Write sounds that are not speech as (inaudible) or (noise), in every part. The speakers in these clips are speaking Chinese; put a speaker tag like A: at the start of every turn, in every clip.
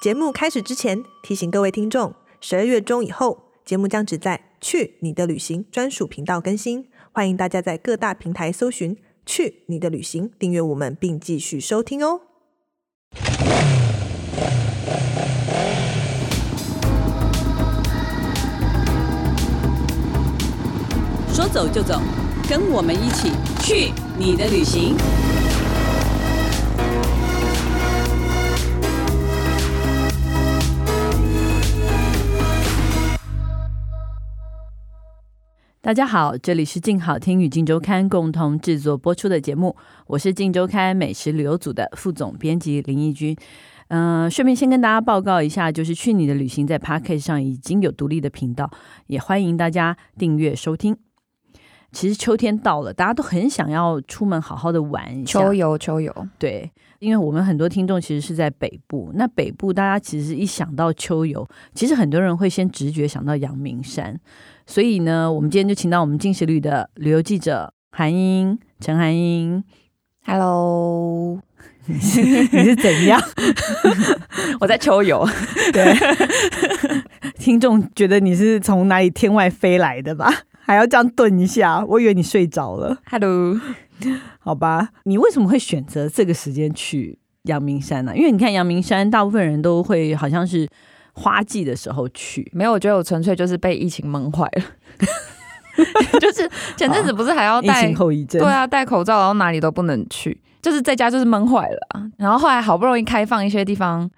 A: 节目开始之前，提醒各位听众，十二月中以后，节目将只在“去你的旅行”专属频道更新，欢迎大家在各大平台搜寻“去你的旅行”，订阅我们并继续收听哦。
B: 说走就走，跟我们一起去你的旅行。大家好，这里是静好听与静周刊共同制作播出的节目，我是静周刊美食旅游组的副总编辑林义君。嗯、顺便先跟大家报告一下，就是去你的旅行在 p a c k e t 上已经有独立的频道，也欢迎大家订阅收听。其实秋天到了，大家都很想要出门好好的玩一下。
C: 秋游，秋游，
B: 对，因为我们很多听众其实是在北部，那北部大家其实一想到秋游，其实很多人会先直觉想到阳明山，所以呢，我们今天就请到我们进食旅的旅游记者韩英，陈韩英， (laughs)
C: Hello，
B: 你是怎样？
C: (laughs) 我在秋游，
B: (laughs) 对，听众觉得你是从哪里天外飞来的吧？还要这样顿一下，我以为你睡着了，
C: Hello，
B: 好吧？你为什么会选择这个时间去阳明山呢、因为你看阳明山，大部分人都会好像是花季的时候去， (laughs)
C: 没有，我觉得我纯粹就是被疫情闷坏了，就是 (laughs) 前阵子不是还要
B: 疫
C: 戴
B: 情后遗症。
C: 对啊，戴口罩，然后哪里都不能去，就是在家就是闷坏了啊、然后后来好不容易开放一些地方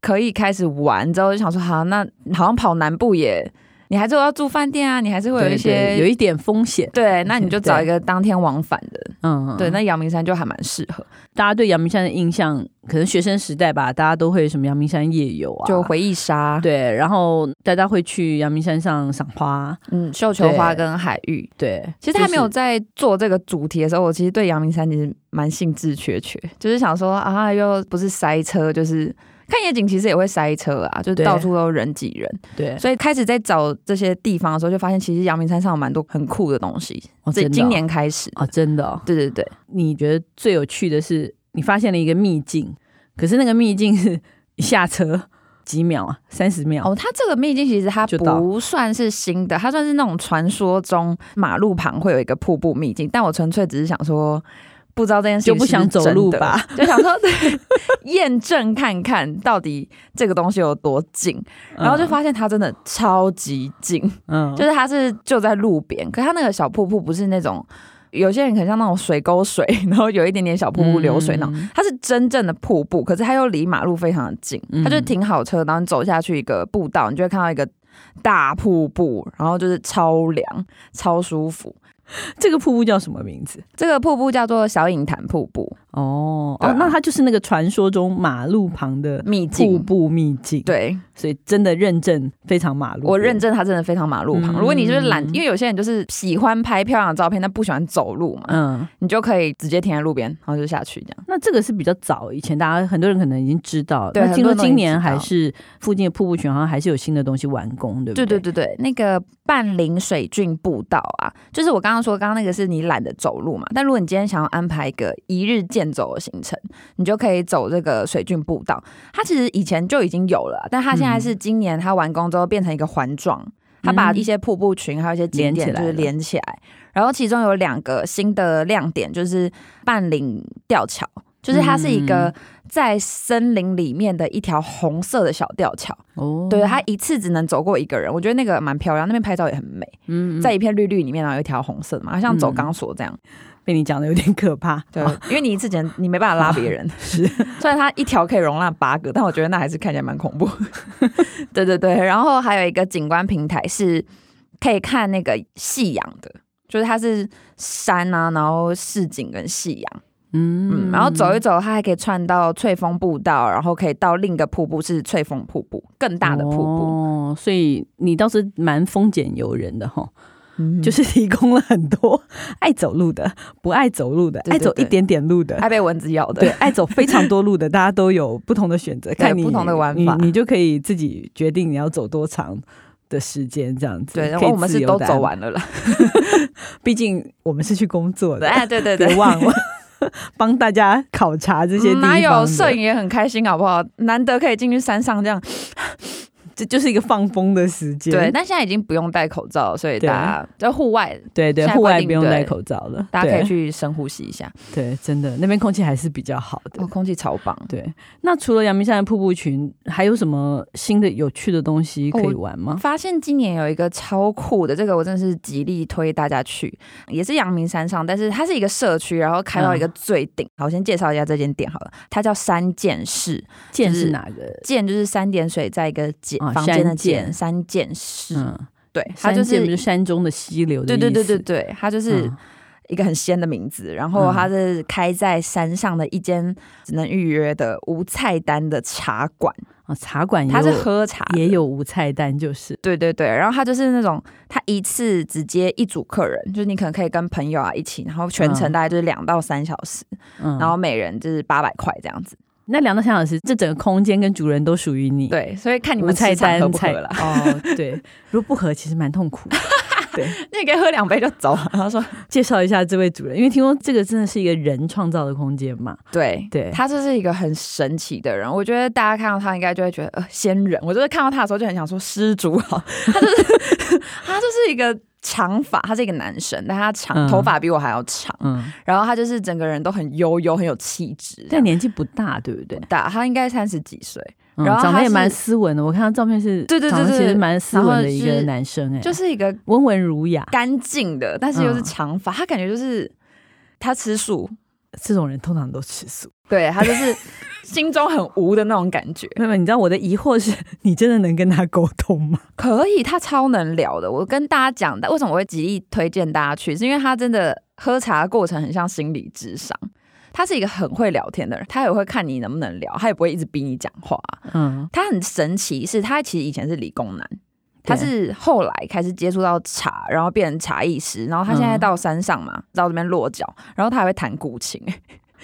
C: 可以开始玩，之后就想说，好，那好像跑南部也，你还是要住饭店啊，你还是会有
B: 对
C: 一
B: 对
C: 些
B: 有一点风险。
C: 对，那你就找一个当天往返的，
B: 嗯，
C: 对，那阳明山就还蛮适合，
B: 大家对阳明山的印象，可能学生时代吧，大家都会什么阳明山夜游啊，
C: 就回忆杀，
B: 对，然后大家会去阳明山上赏花，
C: 嗯，绣球花跟海芋。
B: 对，
C: 其实还没有
B: 就是
C: 在做这个主题的时候，我其实对阳明山其实蛮兴致缺缺，就是想说啊，又不是塞车，就是看夜景其实也会塞车啊，就
B: 对
C: 是到处都人挤人，
B: 对，
C: 所以开始在找这些地方的时候，就发现其实阳明山上有蛮多很酷的东西。
B: 哦
C: 这
B: 真的
C: 今
B: 哦
C: 年开始，
B: 哦，真的哦、
C: 对对对，
B: 你觉得最有趣的是，你发现了一个秘境，可是那个秘境是一下车几秒啊， (laughs) 三十秒，
C: 哦，它这个秘境其实它
B: 就到
C: 不算是新的，它算是那种传说中马路旁会有一个瀑布秘境，但我纯粹只是想说。不知道这件事情
B: 就不想
C: 是是
B: 走路
C: 真的
B: 吧，
C: 就想说 (laughs) 对验证看看到底这个东西有多近，
B: (laughs)
C: 然
B: 嗯
C: 后就发现它真的超级近，
B: 嗯，嗯
C: 就是它是就在路边，可它那个小瀑布不是那种有些人可能像那种水沟水，然后有一点点小瀑布流水那种，
B: 嗯
C: 它是真正的瀑布，可是它又离马路非常的近
B: 嗯，
C: 它就停好车，然后你走下去一个步道，你就会看到一个大瀑布，然后就是超凉、超舒服。
B: 这个瀑布叫什么名字？
C: 这个瀑布叫做小影潭瀑布
B: 哦、
C: 对啊
B: 哦，那它就是那个传说中马路旁的
C: 秘
B: 瀑
C: 境。
B: 布秘境，，
C: 对
B: 所以真的认证非常马路，
C: 我认。证，它真的非常马路旁。
B: 嗯
C: 如果你就是懒，因为有些人就是喜欢拍漂亮的照片，但不喜欢走路嘛，
B: 嗯，
C: 你就可以直接停在路边，然后就下去这样。
B: 那这个是比较早以前，大家很多人可能已经知道。
C: 对
B: 那听说
C: 很多人都已
B: 今
C: 经
B: 年
C: 知道
B: 还是附近的瀑布群好像还是有新的东西完工，对不
C: 对对
B: 对？
C: 对对，那个半林水郡步道啊，就是我刚刚说，刚刚那个是你懒得走路嘛，但如果你今天想要安排一个一日健走的行程，你就可以走这个水郡步道。它其实以前就已经有了啊，但它现在
B: 嗯
C: 是今年它完工之后变成一个环状。它把一些瀑布群还有一些景
B: 连起
C: 点
B: 来
C: 就是
B: 了
C: 连起来，然后其中有两个新的亮点就是半岭吊桥，就是它是一个
B: 嗯
C: 在森林里面的一条红色的小吊桥，
B: 哦
C: 对，它一次只能走过一个人，我觉得那个蛮漂亮，那边拍照也很美，
B: 嗯嗯
C: 在一片绿绿里面，然后有一条红色的嘛，好像走
B: 嗯哦
C: 钢索这样。
B: 被你讲的有点可怕。
C: 对，因为你一次只能你没办法拉
B: (laughs)
C: 别人，
B: 是，
C: 虽然它一条可以容纳八个，但我觉得那还是看起来蛮恐
B: (laughs)
C: 怖。对对对，然后还有一个景观平台是可以看那个夕阳的，就是它是山啊，然后市景跟夕阳。
B: 嗯
C: 嗯，然后走一走，它还可以串到翠峰步道，然后可以到另一个瀑布是翠峰瀑布，更大的瀑布，
B: 哦，所以你倒是蛮丰俭由人的哈，
C: 嗯
B: 就是提供了很多爱走路
C: (laughs)
B: 的、不爱走路的、
C: 对对
B: 爱走一点点路的，
C: 还被蚊子咬的。
B: (laughs) 对，爱走非常多路
C: (laughs)
B: 的，大家都有不同的选择，看你
C: 不同的玩法
B: 你，你就可以自己决定你要走多长的时间这样子。
C: 对，然
B: 可
C: 后
B: 以
C: 我们
B: 自
C: 是
B: 由
C: 都
B: 地
C: 走
B: 安排，
C: 完了啦。
B: 毕竟我们是去工作的，(laughs)
C: (laughs) 哎，对对
B: 别
C: 对， (laughs)
B: 忘了。帮大家考察这些地方
C: 哪
B: 的。
C: 有摄影也很开心，好不好？难得可以进去山上这样，
B: 这就是一个放风的时间。
C: 对。但现在已经不用戴口罩，所以
B: 对
C: 大家在户外，
B: 对对
C: 现在
B: 户外
C: 规定
B: 不用
C: 对
B: 戴口罩了，
C: 大家可以
B: 对
C: 去深呼吸一下。
B: 对，真的那边空气还是比较好的。
C: 哦，空气超棒！
B: 对，那除了阳明山的瀑布群，还有什么新的有趣的东西可以
C: 哦
B: 玩吗？
C: 发现今年有一个超酷的，这个我真的是极力推大家去，也是阳明山上，但是它是一个社区，然后开到一个最顶。好，我先介绍一下这间店好了，它叫山涧室，
B: 剑
C: 就是
B: 是哪个？
C: 涧就是三点水在一个简
B: 啊
C: 房间的
B: 山涧
C: 涧，山涧室，
B: 嗯，
C: 对，它
B: 山
C: 就
B: 涧不
C: 是
B: 是山中的溪流的
C: 对
B: 意思。
C: 对对对对，它就是
B: 嗯
C: 一个很仙的名字。然后
B: 嗯
C: 它是开在山上的一间只能预约的无菜单的茶馆，
B: 啊，茶馆也
C: 它是
B: 有
C: 喝茶的
B: 也有无菜单，就是
C: 对对对，然后他就是那种他一次只接一组客人，就是你可能可以跟朋友啊一起，然后全程
B: 嗯
C: 大概就是两到三小时，
B: 嗯，
C: 然后每人就是八百块这样子。
B: 那两到三小时，这整个空间跟主人都属于你。，
C: 对，所以看你
B: 无
C: 们
B: 菜
C: 菜
B: 单
C: 单合不合
B: 菜
C: 了，
B: 哦，对，如果不合，其实蛮痛苦的。
C: (laughs) 那你可以喝两杯就走。然后说，
B: 介绍一下这位主人，因为听说这个真的是一个人创造的空间嘛。
C: 对
B: 对
C: 他就是一个很神奇的人，我觉得大家看到他应该就会觉得呃仙人。我就是看到他的时候就很想说施主好，他就是 (laughs) 他就是一个。长发，他是一个男生，但他长
B: 嗯
C: 头发比我还要长，
B: 嗯，
C: 然后他就是整个人都很悠悠，很有气质。
B: 但年纪不大，对不对？
C: 大，他应该三十几岁，
B: 嗯
C: 然后
B: 长
C: 他
B: 得也
C: 是
B: 蛮斯文的，我看他照片是，
C: 对对对
B: 长得其
C: 对
B: 实蛮斯文的一
C: 然
B: 个
C: 后是
B: 男生、哎，
C: 就是一个
B: 温文儒雅，
C: 干净的，但是又是
B: 嗯
C: 长发，他感觉就是他吃素，
B: 这种人通常都吃素。
C: 对他就是心中很无的那种感觉。
B: 妹妹，你知道我的疑惑是，你真的能跟他沟通吗？
C: 可以，他超能聊的。我跟大家讲，为什么我会极力推荐大家去，是因为他真的喝茶的过程很像心理智商。他是一个很会聊天的人，他也会看你能不能聊，他也不会一直逼你讲话。
B: 嗯，
C: 他很神奇，是他其实以前是理工男，
B: 对
C: 他是后来开始接触到茶，然后变成茶艺师，然后他现在
B: 嗯
C: 到山上嘛，到这边落脚，然后他还会弹古琴， (laughs)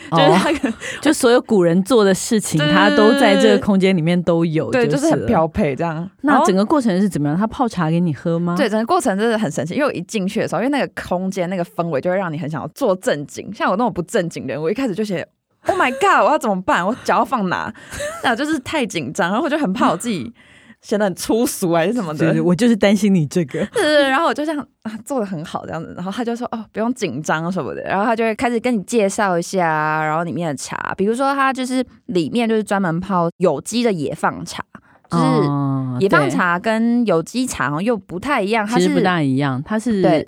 C: (laughs) 就是
B: 哦
C: 他可能
B: 就所有古人做的事情，
C: 对对
B: 他都在这
C: 对
B: 个
C: 对
B: 空间里面都有，
C: 对，
B: 就
C: 就是很
B: 了
C: 漂配这样。然
B: 啊那
C: 后
B: 整个过程是怎么样？他泡茶给你喝吗？
C: 对，整个过程真的很神奇，因为我一进去的时候，因为那个空间那个氛围就会让你很想要做正经。像我那种不正经的人，我一开始就写 Oh my God，我要怎么办？我脚要放哪？ (laughs) 那我就是太紧张，然后我就很怕我自己显得很粗俗还是什么的
B: 对，。对我就是担心你这个。
C: 对对对，然后我就这样啊做的很好这样子，然后他就说哦不用紧张什么的，然后他就会开始跟你介绍一下，然后里面的茶，比如说他就是里面就是专门泡有机的野放茶，就是
B: 哦
C: 野放，
B: 对
C: 茶跟有机茶好像又不太一样，啊它
B: 其
C: 是
B: 实不大一样，它是
C: 对。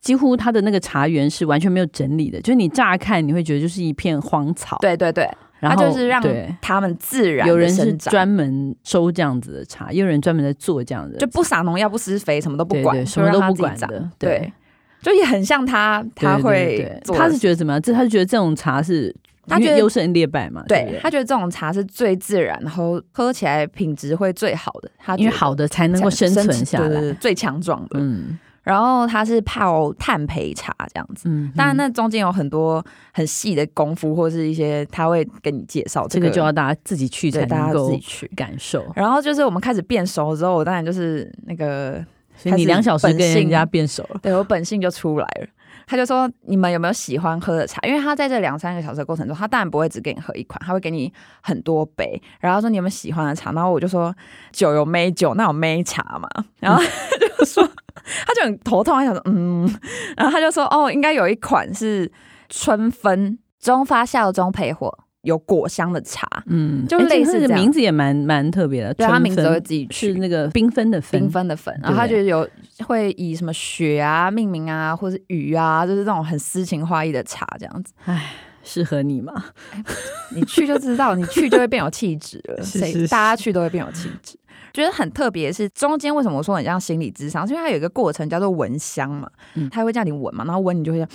B: 几乎它的那个茶园是完全没有整理的，就是你乍看你会觉得就是一片荒草，，
C: 对对对，
B: 然
C: 它
B: 后
C: 就是让
B: 对
C: 他们自然地
B: 有人是
C: 生长
B: 专门收这样子的茶，也有人专门在做这样的，
C: 就不撒农药不施肥，什么都不管，
B: 对对什
C: 就
B: 么
C: 让
B: 都
C: 它
B: 不
C: 自己
B: 管
C: 长
B: 的，对
C: 对，就也很像他他
B: 对对对
C: 会
B: 对
C: 做的
B: 他是觉得怎么样？这他是觉得这种茶是
C: 他
B: 因为
C: 觉得
B: 优胜劣败嘛，对不
C: 对
B: 对，
C: 他觉得这种茶是最自然，然后喝起来品质会最好的。他
B: 因为
C: 觉得
B: 好的才能够生存下
C: 对对
B: 来，
C: 对最强壮的。
B: 嗯
C: 然后它是泡炭焙茶这样子，
B: 嗯，
C: 当
B: 嗯
C: 然那中间有很多很细的功夫，或是一些他会跟你介绍
B: 这
C: 个
B: 个就要大家自己去才
C: 对大
B: 能
C: 家自
B: 够
C: 己去。
B: 感受。
C: 然后就是我们开始变熟之后，我当然就是那个
B: 所以
C: 开
B: 你
C: 始
B: 两小时
C: 本
B: 跟人
C: 性
B: 家变熟了，
C: 对我本性就出来了。他就说：“你们有没有喜欢喝的茶？因为他在这两三个小时的过程中，他当然不会只给你喝一款，他会给你很多杯。然后他说你有没有喜欢的茶？然后我就说酒有梅酒，那有梅茶嘛。然后他就说他就很头痛，他想说嗯，然后他就说哦，应该有一款是春分中发酵中焙火有果香的茶，
B: 嗯，
C: 就
B: 哎
C: 类
B: 这
C: 似
B: 个
C: 这样
B: 名字也蛮蛮特别的，
C: 对他
B: 春
C: 名字
B: 分
C: 都会自己取
B: 是那个缤纷的
C: 缤
B: 纷，
C: 纷的粉，
B: 对
C: 然后他
B: 不
C: 就有会以什么雪啊命名啊，或是雨啊，就是那种很诗情画意的茶这样子。
B: 适合你嘛？
C: 你去就知道，你去就会变有气质了。
B: 是
C: 谁
B: 是是
C: 大家去都会变有气质。觉得很特别的是中间为什么我说很像心理智商，是因为它有一个过程叫做闻香嘛
B: 嗯，
C: 他会叫你闻嘛，然后闻你就会这样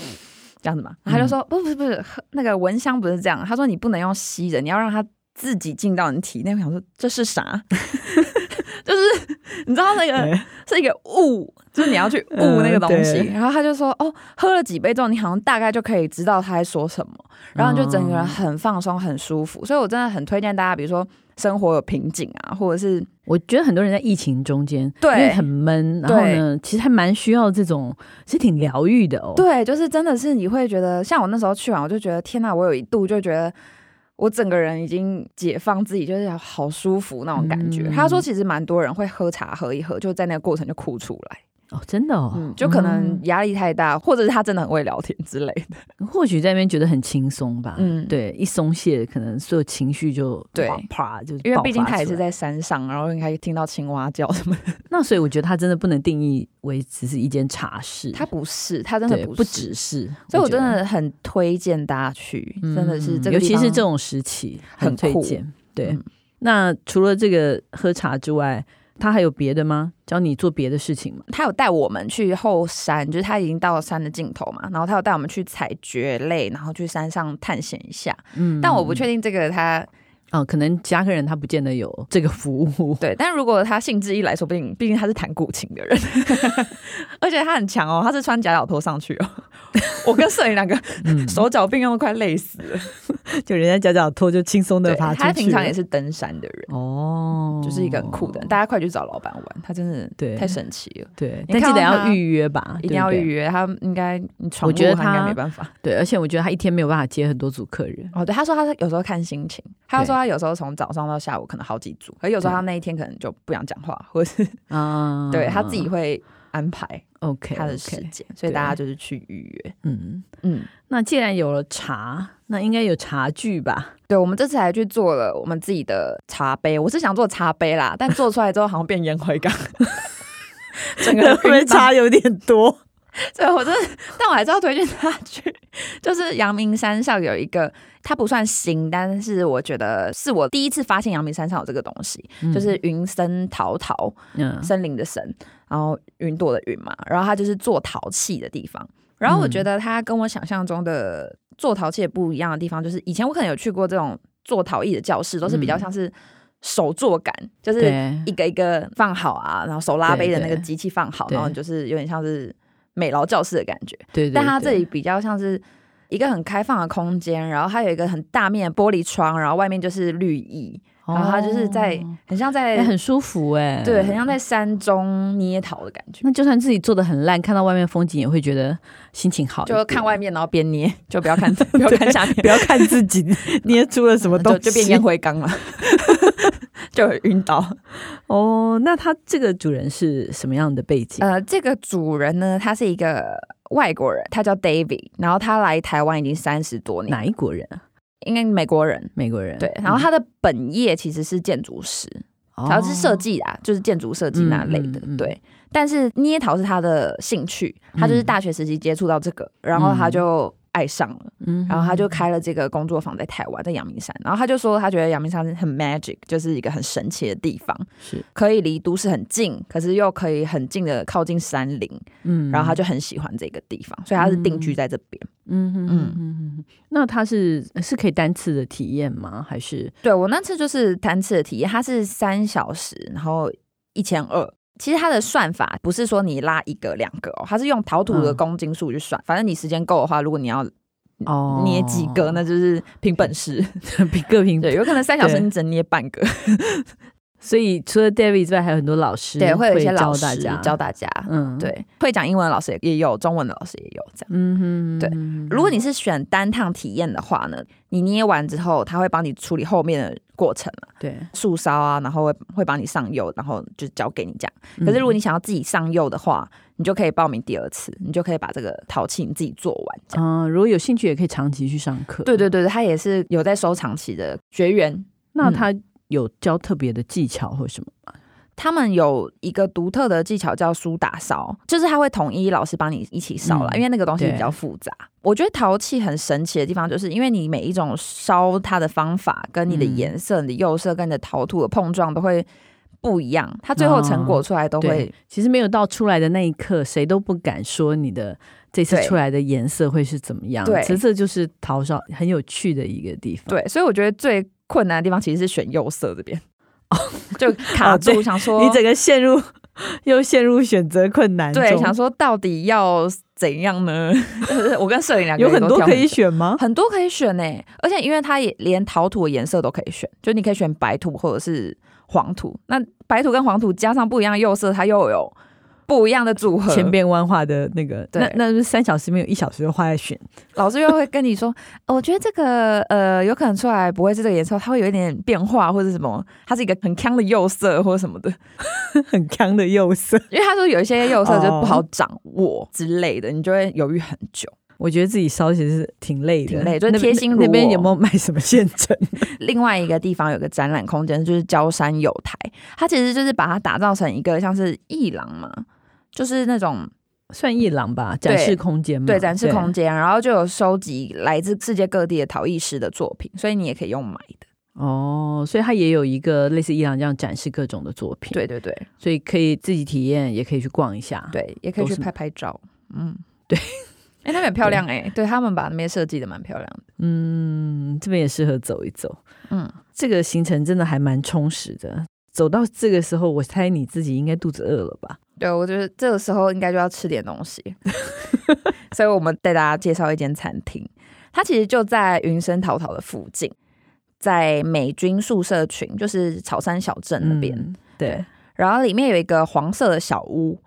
C: 这样子嘛，然后他就说、不不是不是，喝那个闻香不是这样，他说你不能用吸的，你要让它自己进到你体内。我想说这是啥？ (laughs) 就是你知道那个
B: 对
C: 是一个悟，就是你要去悟
B: 嗯
C: 那个东西。
B: 对
C: 然后他就说，哦，喝了几杯之后，你好像大概就可以知道他在说什么，然后你就整个人很放松、很舒服。所以我真的很推荐大家，比如说生活有瓶颈啊，或者是
B: 我觉得很多人在疫情中间，
C: 对
B: 因为很闷，然后呢，其实还蛮需要这种，其实挺疗愈的哦。，
C: 对，就是真的是你会觉得，像我那时候去完，我就觉得天哪，我有一度就觉得。我整个人已经解放自己，就是好舒服那种感觉。
B: 嗯
C: 他说，其实蛮多人会喝茶喝一喝，就在那个过程就哭出来。
B: 哦，真的哦，
C: 嗯，就可能压力太大，或者是他真的很会聊天之类的。
B: 嗯或许在那边觉得很轻松吧。
C: 嗯
B: 对，一松懈，可能所有情绪就
C: 对
B: 哇啪就
C: 因为
B: 爆
C: 毕竟
B: 发
C: 他也
B: 出
C: 是
B: 来。
C: 在山上，然后你还可以听到青蛙叫什么的。
B: 那所以我觉得他真的不能定义为只是一间茶室，
C: 他不是， (laughs) 他真的
B: 对
C: 不
B: 不
C: 是。
B: 只是，
C: 所以我
B: 觉
C: 真
B: 得
C: 的很推荐大家去，真的是
B: 嗯
C: 这个
B: 尤
C: 地
B: 其
C: 方
B: 是这种时期，很
C: 很
B: 推
C: 酷
B: 荐。对
C: 嗯，
B: 那除了这个喝茶之外，他还有别的吗？教你做别的事情吗？
C: 他有带我们去后山，就是他已经到了山的尽头嘛，然后他有带我们去采蕨类，然后去山上探险一下。
B: 嗯，
C: 但我不确定这个他
B: 哦，可能其他客人他不见得有这个服务。 (laughs)
C: 对，但如果他兴致一来，说不定，毕竟他是弹古琴的人，而且他很强哦，他是穿夹脚拖上去
B: (laughs)
C: 哦。我跟摄影两个
B: 嗯，
C: (laughs) 手脚并用，快累死了。
B: 就人家脚脚拖就轻松的
C: 对，
B: 爬出去了。
C: 他平常也是登山的人，
B: 哦，
C: 就是一个很酷的人。大家快去找老板玩，他真的
B: 对
C: 太神奇了，
B: 对，
C: 你
B: 但记
C: 看
B: 得
C: 到
B: 要
C: 他
B: 预约吧，
C: 一定要预
B: 约。
C: 约。他应该你闯
B: 我
C: 入
B: 觉得
C: 他应该
B: 他
C: 没办法。
B: 对，而且我觉得他一天没有办法接很多组客人。
C: 哦，对，他说他有时候看心情，他
B: 对
C: 说他有时候从早上到下午可能好几组，而有时候他那一天可能就不想讲话，或是
B: 啊，
C: 对他自己会安排
B: OK
C: 他的时
B: OK，
C: 间，所以大家就是去预约。
B: 嗯，
C: 嗯，
B: 那既然有了茶，那应该有茶具吧？
C: 对，我们这次还去做了我们自己的茶杯，我是想做茶杯啦，但做出来之后好像变烟灰缸。 (laughs) 整 (laughs) 个人
B: (laughs) 因为
C: 晕倒
B: 茶有点多。
C: 对，我真的，但我还是要推荐他去，就是阳明山上有一个，它不算新，但是我觉得是我第一次发现阳明山上有这个东西，就是云森陶陶，
B: 嗯
C: 森林的森，然后云朵的云嘛，然后它就是做陶器的地方。然后我
B: 嗯
C: 觉得它跟我想象中的做陶器也不一样的地方，就是以前我可能有去过这种做陶艺的教室，都是比较
B: 嗯
C: 像是手作感，就是
B: 对
C: 一个一个放好啊，然后手拉杯的那个
B: 对对
C: 机器放好，
B: 对
C: 然后你就是有点像是美劳教室的感觉。
B: 对，
C: 但它
B: 对
C: 这里比较像是一个很开放的空间，然后它有一个很大面的玻璃窗，然后外面就是绿意，然后它就是在、
B: 哦
C: 很像在、
B: 哎很舒服哎，
C: 对，很像在山中捏陶的感觉。
B: 那就算自己做的很烂，看到外面风景也会觉得心情好一点，
C: 就看外面，然后边捏，就不要
B: (laughs)
C: 看，不要看下面，嗯
B: 不要看自
C: (laughs)
B: 己捏出了什么东西，
C: 就就变烟灰缸了， (laughs) 就很晕倒。
B: 哦。那他这个主人是什么样的背景？
C: 呃，这个主人呢，他是一个外国人，他叫 David，然后他来台湾已经三十多年，
B: 哪一国人啊？
C: 应该美国人。
B: 美国人。
C: 对，然后他的本业其实是建筑师，
B: 他
C: 然后是设计啊，就是建筑设计那类的，
B: 哦嗯嗯嗯
C: 对。但是捏陶是他的兴趣，他
B: 嗯
C: 就是大学时期接触到这个，然后他就爱上了，
B: 嗯
C: 然后他就开了这个工作坊在台湾，在阳明山。然后他就说，他觉得阳明山很 magic，就是一个很神奇的地方，
B: 是
C: 可以离都市很近，可是又可以很近的靠近山林，
B: 嗯
C: 然后他就很喜欢这个地方，所以他是定居在这边。
B: 嗯嗯嗯
C: 嗯
B: 嗯嗯，那他是是可以单次的体验吗？还是
C: 对我那次就是单次的体验，它是三小时，然后一千二。其实它的算法不是说你拉一个两个哦，它是用陶土的
B: 嗯
C: 公斤数去算。反正你时间够的话，如果你要
B: 哦
C: 捏几个，那就是凭本事。
B: (laughs) 比各平
C: 对，有嗯可能三小时
B: 对
C: 你只能捏半个。
B: 所以除了 David 之外，还有很多老师
C: 对，会有一些老
B: 教
C: 师
B: 大家
C: 教大家。
B: 嗯，
C: 对，会讲英文的老师也也有，中文的老师也有这样。
B: 嗯哼，
C: 对如果你是选单趟体验的话呢，你捏完之后，他会帮你处理后面的过程啊，
B: 对，
C: 树梢啊，然后会会帮你上釉，然后就交给你这样。
B: 嗯
C: 可是如果你想要自己上釉的话，你就可以报名第二次，你就可以把这个陶器你自己做完。这样，
B: 嗯、如果有兴趣，也可以长期去上课。
C: 对，对对，对它也是有在收藏期的学员，
B: 那他有教特别的技巧或什么？
C: 他们有一个独特的技巧叫苏打烧，就是他会统一老师帮你一起烧了，
B: 嗯
C: 因为那个东西
B: 对
C: 比较复杂。我觉得陶器很神奇的地方，就是因为你每一种烧它的方法、跟你的
B: 嗯
C: 颜色、你的釉色跟你的陶土的碰撞都会不一样，它最后成果出来都会、
B: 对，其实没有到出来的那一刻，谁都不敢说你的这次
C: 对
B: 出来的颜色会是怎么样。
C: 对
B: 其实这就是陶烧很有趣的一个地方。
C: (laughs) 对，所以我觉得最困难的地方其实是选釉色这边。就卡
B: 哦
C: 住，
B: 对
C: 想说
B: 你整个陷入 (laughs) 又陷入选择困难中，
C: 对，想说到底要怎样呢？ (laughs) 我跟摄影两个
B: 有
C: 人
B: 很多
C: 都挑
B: 可以选吗？
C: 很多可以选呢、而且因为它也连陶土的颜色都可以选，就你可以选白土或者是黄土。那白土跟黄土加上不一样的釉色，它又有不一样的
B: (laughs)
C: 组合。
B: 千变万化的那个，
C: 对
B: 那那是三小时没有一小时就花在选，
C: (laughs)
B: (laughs)
C: 老师又会跟你说，哦我觉得这个呃有可能出来不会是这个颜色，它会有一点变化或者什么，它是一个很康的釉色或者什么的。
B: 很康的釉色。
C: 因为他说有一些釉色就
B: 哦
C: 不好掌握之类的，你就会犹豫很久。
B: 我觉得自己烧其实是挺累的，
C: 挺累就是
B: 那边
C: 贴心如
B: 那边
C: 我
B: 有没有卖什么现成？ (laughs)
C: 另外一个地方有个展览空间，就是焦山有台，它其实就是把它打造成一个像是艺廊嘛，就是那种
B: 算一廊吧，展示空间嘛，
C: 嗯对展示空间，然后就有收集来自世界各地的陶艺师的作品，所以你也可以用买的。
B: 哦，所以它也有一个类似一廊这样展示各种的作品，，
C: 对对对
B: 所以可以自己体验，也可以去逛一下，，
C: 对，也可以
B: 都
C: 去
B: 是
C: 拍拍照。嗯，
B: 对。
C: (laughs) 哎、那边很漂亮哎、对他们把那边设计的蛮漂亮的。
B: 嗯，这边也适合走一走，
C: 嗯，
B: 这个行程真的还蛮充实的。走到这个时候，我猜你自己应该肚子饿了吧？
C: 对，我觉得这个时候应该就要吃点东西， (laughs) 所以我们带大家介绍一间餐厅，它其实就在云深桃桃的附近，在美军宿舍群，就是草山小镇那边。
B: 嗯对，
C: 然后里面有一个黄色的小屋，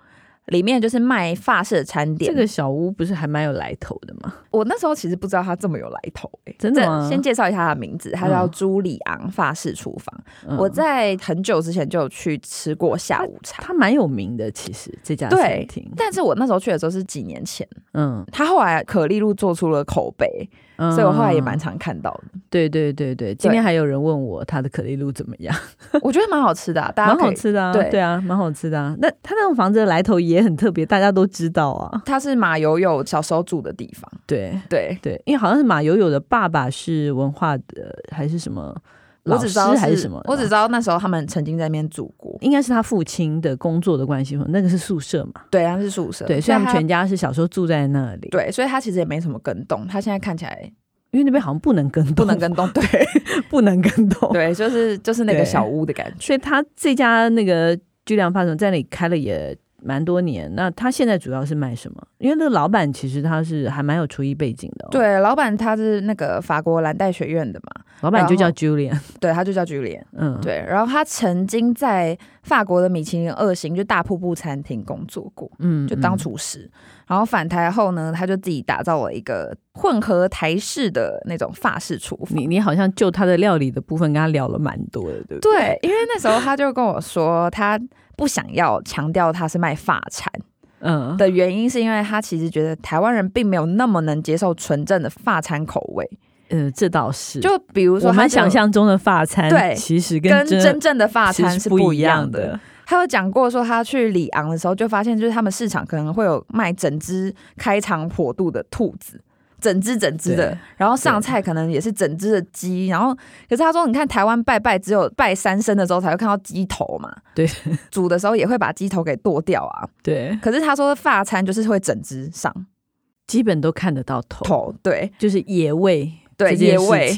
C: 里面就是卖法式的餐点。
B: 这个小屋不是还蛮有来头的吗？
C: 我那时候其实不知道它这么有来头、欸，
B: 真的吗
C: 这先介绍一下它的名字，它叫
B: 嗯
C: 朱里昂法式厨房。
B: 嗯
C: 我在很久之前就有去吃过下午茶，
B: 它蛮有名的，其实这家餐
C: 对
B: 厅，
C: 但是我那时候去的时候是几年前。
B: 嗯，
C: 他后来可丽露做出了口碑，
B: 所
C: 所以我后来也
B: 嗯
C: 蛮常看到的，
B: 对对对对，今天还有人问我他的可丽露怎么样，
C: 我觉得蛮好吃的、啊，大家
B: 蛮
C: 可
B: 好
C: 以。
B: 吃的啊，
C: 对
B: 对啊，蛮好吃的啊。那他那种房子的来头也很特别，大家都知道啊。
C: 它是马友友小时候住的地方，
B: 对
C: 对
B: 对，因为好像是马友友的爸爸是文化的还是什么
C: 我
B: 老
C: 只
B: 师
C: 知道
B: 还是什么的吧，
C: 我只知道那时候他们曾经在那边住过，
B: 应该是他父亲的工作的关系，那个是宿舍嘛，
C: 对，他是宿舍，
B: 对，所以他们
C: 它
B: 全家是小时候住在那里，，
C: 对，所以他其实也没什么跟动，他现在看起来
B: 因为那边好像不能跟动，
C: 不能
B: (laughs)
C: 跟动，对
B: 不能跟动，
C: 对，就是就是那个
B: 对
C: 小屋的感觉，
B: 所以他这家那个居良发总在那里开了也蛮多年。那他现在主要是卖什么？因为那个老板其实他是还蛮有厨艺背景的、哦，，
C: 对，老板他是那个法国蓝带学院的嘛，
B: 老板就叫
C: 然
B: Julian，
C: 对，他就叫 Julian，
B: 嗯，，
C: 对，然后他曾经在法国的米其林二星就大瀑布餐厅工作过，
B: 嗯，
C: 就当
B: 嗯
C: 厨师。然后返台后呢，他就自己打造了一个混合台式的那种法式厨房。
B: 你你好像就他的料理的部分跟他聊了蛮多的，对不对？
C: 对，因为那时候他就跟我说，他不想要强调他是卖法餐
B: 嗯，
C: 的原因，是因为他其实觉得台湾人并没有那么能接受纯正的法餐口味。
B: 呃，这倒是，
C: 就比如说，
B: 我们想。象中的法餐，
C: 对
B: 其实跟
C: 跟
B: 真
C: 真正的法餐
B: 其实
C: 是
B: 是
C: 不
B: 不
C: 一
B: 一
C: 样
B: 样
C: 的
B: 的。。
C: 他有讲过说，他去里昂的时候就发现，就是他们市场可能会有卖整只开肠破肚的兔子，整只整只的
B: 对，
C: 然后上菜可能也是整只的鸡，然后可是他说，你看台湾拜拜只有拜三牲的时候才会看到鸡头嘛，
B: 对，
C: 煮的时候也会把鸡头给剁掉啊。
B: 对，
C: 可是他说法餐就是会整只上
B: 基本都看得到头，
C: 头，对
B: 就是野味，
C: 对野味，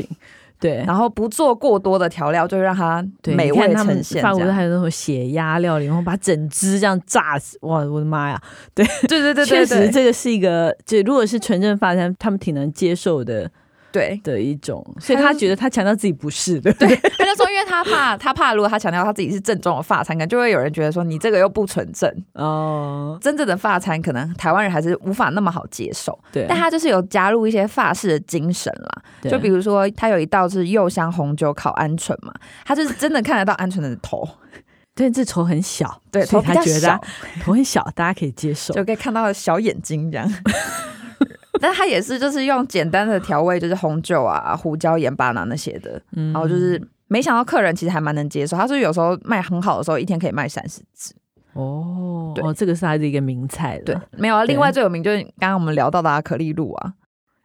B: 对。
C: 然后不做过多的调料，就让它
B: 对，
C: 美
B: 你看
C: 味
B: 他们
C: 呈现
B: 法
C: 这
B: 国的
C: 样。
B: 还有那种血鸭料理，然后把整只这样炸死，哇，我的妈呀！
C: 对对对
B: 确
C: 对
B: 实
C: 对
B: 这个是一个，就如果是纯正法餐，他们挺能接受的
C: 对。
B: 的一种，所以他觉得他强调自己不是的，对， (laughs)
C: (laughs) 他就说，因为他怕，他怕如果他强调他自己是正宗的发餐，可能就会有人觉得说你这个又不纯正。
B: 哦，
C: 真正的发餐，可能台湾人还是无法那么好接受。
B: 对，啊
C: 但他就是有加入一些法式的精神啦，
B: 对啊
C: 就比如说他有一道是柚香红酒烤鹌鹑嘛，他就是真的看得到鹌鹑的头，
B: 对这头很小，
C: (laughs) 对，
B: 所
C: 头
B: 以
C: 比
B: 他
C: 较
B: 觉得
C: 小
B: 他，头很小，大家可以接受，
C: 就可以看到小眼睛 (laughs) 这样。但他也是就是用简单的调味，就是红酒啊、胡椒、盐巴啊那些的，
B: 嗯
C: 然后就是没想到客人其实还蛮能接受。他说有时候卖很好的时候，一天可以卖三十只。
B: 哦，
C: 对
B: 哦，这个是他的一个名菜了，
C: 对，没有啊。
B: 对
C: 另外最有名就是刚刚我们聊到的啊可丽露啊，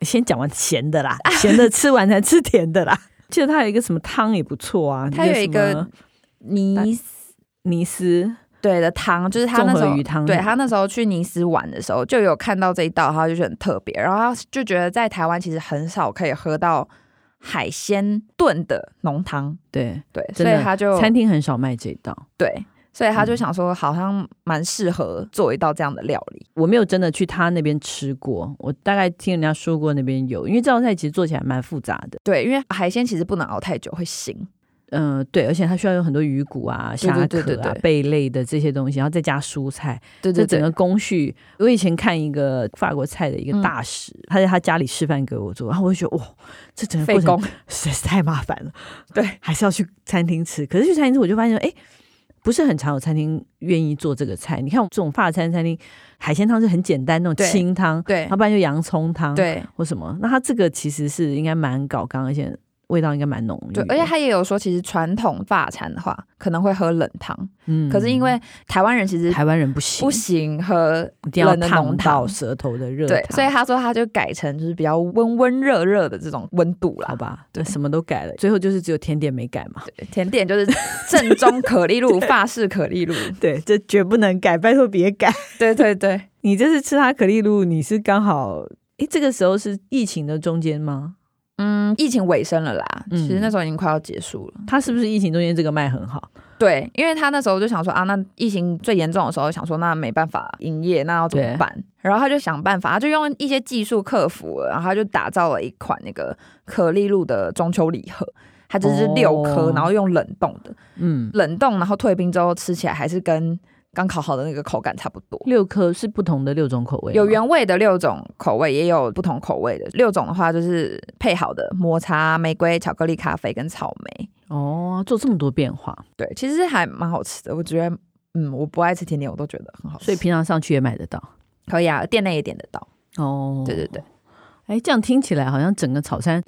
B: 先讲完咸的啦，咸的吃完才吃甜的啦。 (laughs) 记得他有一个什么汤也不错啊，
C: 它有一个
B: 什么
C: 尼斯
B: 尼斯，
C: 对的汤，就是他
B: 综
C: 那时
B: 合
C: 候
B: 鱼汤
C: 对
B: 那个
C: 他那时候去尼斯玩的时候，就有看到这一道，他就觉得很特别，然后他就觉得在台湾其实很少可以喝到海鲜炖的浓汤，
B: 对，
C: 对，
B: 真
C: 所
B: 的
C: 以他就
B: 餐厅很少卖这一道。
C: 对，所以他就想说，好像蛮适合做一道这样的料理。
B: 我没有真的去他那边吃过，我大概听人家说过那边有，因为这道菜其实做起来蛮复杂的。
C: 对，因为海鲜其实不能熬太久会腥。
B: 嗯、对，而且它需要有很多鱼骨啊、
C: 对
B: 虾
C: 对
B: 壳啊、
C: 对对对
B: 贝类的这些东西，然后再加蔬菜，
C: 对
B: 这
C: 对
B: 整
C: 对
B: 个，工序。我以前看一个法国菜的一
C: 嗯
B: 个大师，他在他家里示范给我做，然后我就觉得哇，这整个
C: 费
B: 过程
C: 工。
B: 实在是太麻烦了。对，还是要去餐厅吃。可是去餐厅吃，我就发现，哎，不是很常有餐厅愿意做这个菜。你看，这种法餐餐厅，海鲜汤是很简单那种
C: 对
B: 清汤，
C: 对
B: 要不然就洋葱汤，，
C: 对
B: 或什么。那它这个其实是应该蛮搞刚，而且味道应该蛮浓郁
C: 对
B: 的。，
C: 而且他也有说，其实传统法餐的话，可能会喝冷汤，
B: 嗯
C: 可是因为台湾人其实
B: 台湾人不行，
C: 不行喝
B: 一定要
C: 冷的浓
B: 烫到
C: 汤
B: 舌头的热
C: 对，
B: 汤
C: 所以他说他就改成就是比较温温热热的这种温度
B: 好
C: 啦。
B: 吧，对，什么都改了，最后就是只有甜点没改嘛。
C: 对甜点就是正宗可丽露，法式可
B: (laughs)
C: 丽露。
B: 对，这绝不能改，拜托别改。
C: 对对对，
B: 你这次吃它可丽露，你是刚好诶，这个时候是疫情的中间吗？
C: 嗯，疫情尾声了啦，
B: 嗯
C: 其实那时候已经快要结束了。
B: 它是不是疫情中间这个卖很好？
C: 对，因为他那时候就想说啊，那疫情最严重的时候，想说那没办法营业，那要怎么
B: 对
C: 办？然后他就想办法，他就用一些技术克服了，然后他就打造了一款那个可丽露的中秋礼盒，它就是六颗，
B: 哦
C: 然后用冷冻的，
B: 嗯，
C: 冷冻然后退冰之后吃起来还是跟刚烤好的那个口感差不多。
B: 六颗是不同的六种口味吗，
C: 有原味的六种口味，也有不同口味的。六种的话就是配好的抹茶、玫瑰、巧克力、咖啡跟草莓。
B: 哦，做这么多变化，
C: 对，其实还蛮好吃的。我觉得，嗯，我不爱吃甜点，我都觉得很好吃。
B: 所以平常上去也买得到。
C: 可以啊，店内也点得到。
B: 哦
C: 对对，对，
B: 哎，这样听起来好像整个草山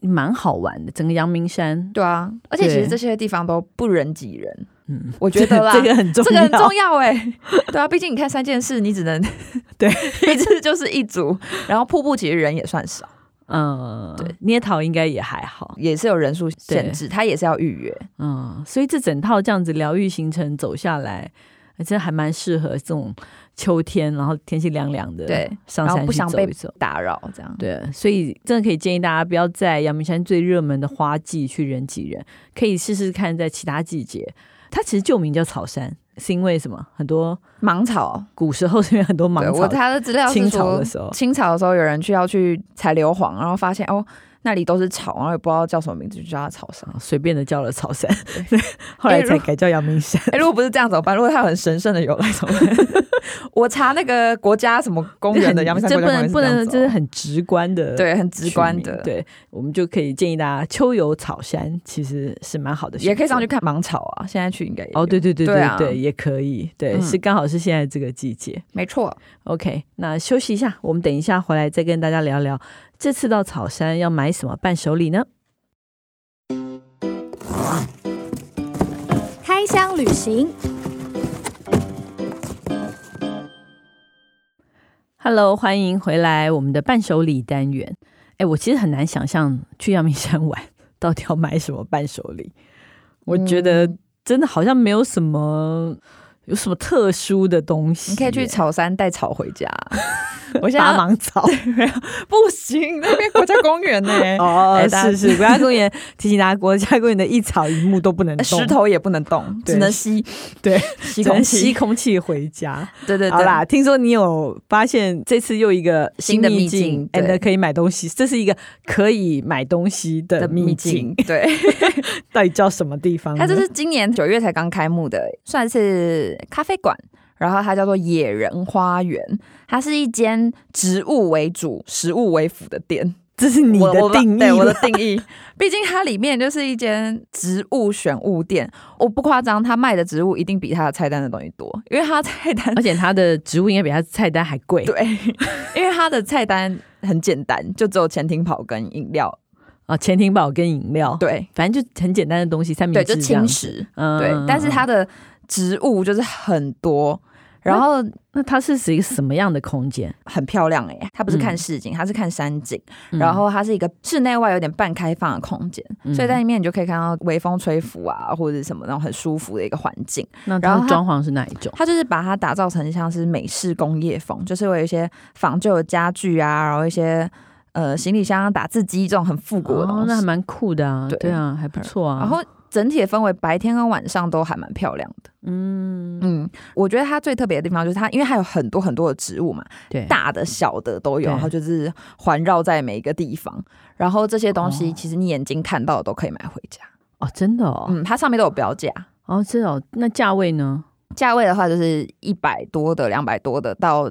B: 蛮好玩的，整个阳明山，
C: 对啊。而且其实
B: 对
C: 这些地方都不人挤人，
B: 嗯，
C: 我觉得啦。
B: (laughs) 这个很重
C: 这
B: 要，
C: 个很重要哎、对啊，毕竟你看三件事，你只能
B: (laughs) 对
C: (laughs) 一次就是一组，然后瀑布其实人也算少，
B: 嗯，
C: 对，
B: 捏陶应该也还好，
C: 也是有人数限制，它也是要预约。
B: 嗯，所以这整套这样子疗愈行程走下来，还真还蛮适合这种秋天，然后天气凉凉的，
C: 对，
B: 上
C: 然后
B: 山
C: 不
B: 去
C: 想
B: 走
C: 被
B: 一走。
C: 打扰这样。
B: 对，所以真的可以建议大家不要在阳明山最热门的花季去人挤人，可以试试看在其他季节。它其实旧名叫草山，是因为什么？很多
C: 芒草，
B: 古时候是因为很多芒
C: 对
B: 草
C: 我，查的资料是
B: 清朝
C: 说
B: 的，时候，
C: 清朝的时候有人去要去采硫磺，然后发现哦那里都是草，然后也不知道叫什么名字，就叫它草 (laughs) 山。
B: 啊随便的叫了草山， (laughs) 后来才改叫阳明山。
C: 哎、如果不是这样怎么办？如果它有很神圣的由来怎么办？ (laughs) 我查那个国家什么 (laughs) 公园的阳明山
B: 这
C: 国
B: 不
C: 家公园
B: 能
C: 是
B: 不
C: (laughs) 这样
B: 能，
C: 子
B: 这
C: 哦
B: 是很直观的，
C: 对，很直观
B: 取
C: 的
B: 名，，对，我们就可以建议大家秋游草山，其实是蛮好的，
C: 也可以上去。看芒草啊。现在去应该也
B: 哦，
C: 有，
B: 对对对
C: 对啊
B: 对，也可以，对，
C: 嗯
B: 是刚好是现在这个季节。
C: 没错，
B: OK，那休息一下，我们等一下回来再跟大家聊聊这次到草山要买什么伴手礼呢？
D: 开箱旅行。
B: Hello，欢迎回来我们的伴手礼单元。哎，我其实很难想象去阳明山玩 (laughs) 到底要买什么伴手礼。我觉得真的好像没有什么有什么特殊的东西耶。
C: 你可以去草山带草回家。我现
B: 拔
C: 在
B: 芒草。
C: (laughs) 不行，那边国家公园 (laughs) 呢、
B: 哦
C: 哎，大家
B: 是 (laughs) 是，国家公园提醒大家，国家公园的一草一木都不能动，
C: 呃石头也不能动，
B: 对
C: 只能吸，
B: (laughs) 对，
C: 吸
B: 只能
C: 空
B: 吸
C: 气。
B: 空气回家。
C: 对对对，
B: 好啦，听说你有发现这次又一个
C: 新的秘
B: 秘
C: 境对
B: and 可以买东西，这是一个可以买东西的
C: 的秘
B: 秘境，，
C: 境
B: 嗯
C: 对，
B: 到底叫什么地方呢？
C: 它这是今年九月才刚开幕的，算是咖啡馆。然后它叫做野人花园，它是一间植物为主、食物为辅的店。
B: 这是你
C: 我
B: 的
C: 我
B: 定义
C: 对我的
B: 了
C: 定义，毕竟它里面就是一间植物选物店。我不夸张，它卖的植物一定比它的菜单的东西多，因为它菜单
B: 而且它的植物应该比它菜单还贵
C: 对，因为它的菜单很简单，就只有潜艇跑跟饮料，
B: 啊，潜艇堡跟饮料，，
C: 对
B: 反正就很简单的东西，三明
C: 对，
B: 治
C: 就
B: 这样
C: 轻
B: 子，
C: 食。
B: 嗯
C: 对，但是它的植物就是很多，然后
B: 那它是一个什么样的空间？
C: 很漂亮哎、它不是看
B: 嗯
C: 市景，它是看山景，
B: 嗯
C: 然后它是一个室内外有点半开放的空间，
B: 嗯
C: 所以在里面你就可以看到微风吹拂啊，或者是什么那种很舒服的一个环境。
B: 那
C: 然
B: 它
C: 后它
B: 的装潢是哪一种？
C: 它就是把它打造成像是美式工业风，就是会有一些仿旧的家具啊，然后一些呃行李箱、打字机这种很复古的东西。
B: 哦，那还蛮酷的啊，
C: 对
B: 对啊，还不错啊。
C: 然后整体的氛围，白天跟晚上都还蛮漂亮的。
B: 嗯，
C: 嗯，我觉得它最特别的地方就是它，因为它有很多很多的植物嘛，
B: 对，
C: 大的小的都有，
B: 对
C: 然后就是环绕在每一个地方。然后这些东西
B: 哦
C: 其实你眼睛看到的都可以买回家。
B: 哦，真的哦，
C: 嗯，它上面都有标价，
B: 哦，这哦，那价位呢？
C: 价位的话就是一百多的、两百多的到。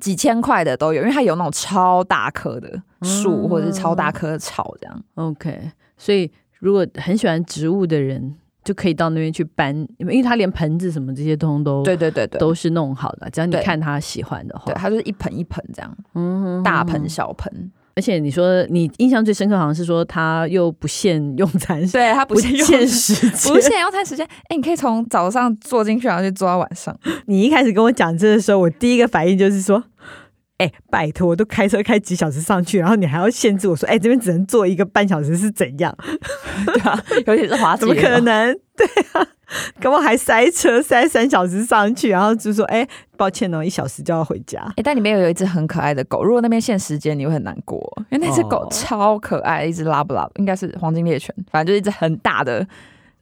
C: 几千块的都有，因为它有那种超大棵的树，
B: 嗯
C: 或者是超大棵的草这样。
B: OK，所以如果很喜欢植物的人，就可以到那边去搬，因为他连盆子什么这些通都
C: 对对对对，
B: 都是弄好的，只要你
C: 对
B: 看他喜欢的话
C: 对，，它就是一盆一盆这样，
B: 嗯
C: 大盆。小盆。
B: 而且你说你印象最深刻好像是说它又不限用餐，
C: 对，它不
B: 不
C: 是用
B: 限时间。
C: 不限用餐时间。哎、你可以从早上坐进去，然后就坐到晚上。
B: 你一开始跟我讲这的时候，我第一个反应就是说。哎、拜托，我都开车开几小时上去，然后你还要限制我说，哎、这边只能坐一个半小时是怎 (laughs) 样？
C: 对啊，尤其是滑雪，
B: 怎么可？能？ (laughs) 对啊，刚刚还塞车塞三小时上去，然后就说：“哎、抱歉哦，一小时就要回家。
C: 哎、但里面有一只很可爱的狗，如果那边限时间，你会很难过，因为那只狗
B: 哦
C: 超可爱，一只拉布拉，应该是黄金猎犬，反正就是一只很大的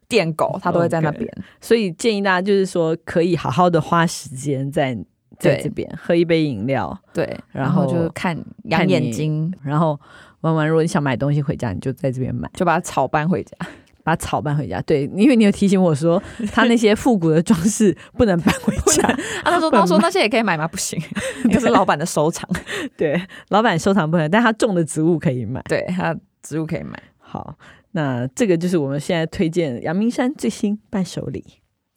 C: 电狗，它都会在那边。”
B: 所以建议大家就是说，可以好好的花时间在在
C: 对
B: 这边喝一杯饮料，
C: 对，
B: 然
C: 然后
B: 后
C: 就看养眼睛，
B: 然后玩完。如果你想买东西回家，你就在这边买，
C: 就把它草搬回家。
B: 把草搬回家。对，因为你有提醒我 (laughs) 说，他那些复古的装饰 (laughs) 不能搬回家。
C: 啊， (laughs) 他说：“
B: 本
C: 他说那些也可以买吗？不 (laughs) 行，那是老板的收藏。
B: 对，老板收藏不能，但他种的植物可以买。
C: 对，他植物可以买。
B: 好，那这个就是我们现在推荐阳明山最新伴手礼。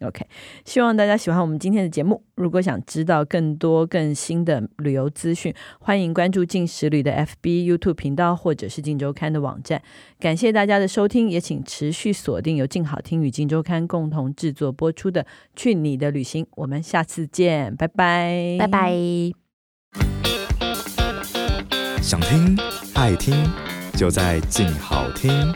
B: OK，希望大家喜欢我们今天的节目。如果想知道更多更新的旅游资讯，欢迎关注静时旅的 FB、YouTube 频道或者是静周刊的网站。感谢大家的收听，也请持续锁定由静好听与静周刊共同制作播出的《去你的旅行》。我们下次见，拜拜，
C: 拜拜。”
D: 想听爱听，就在静好听。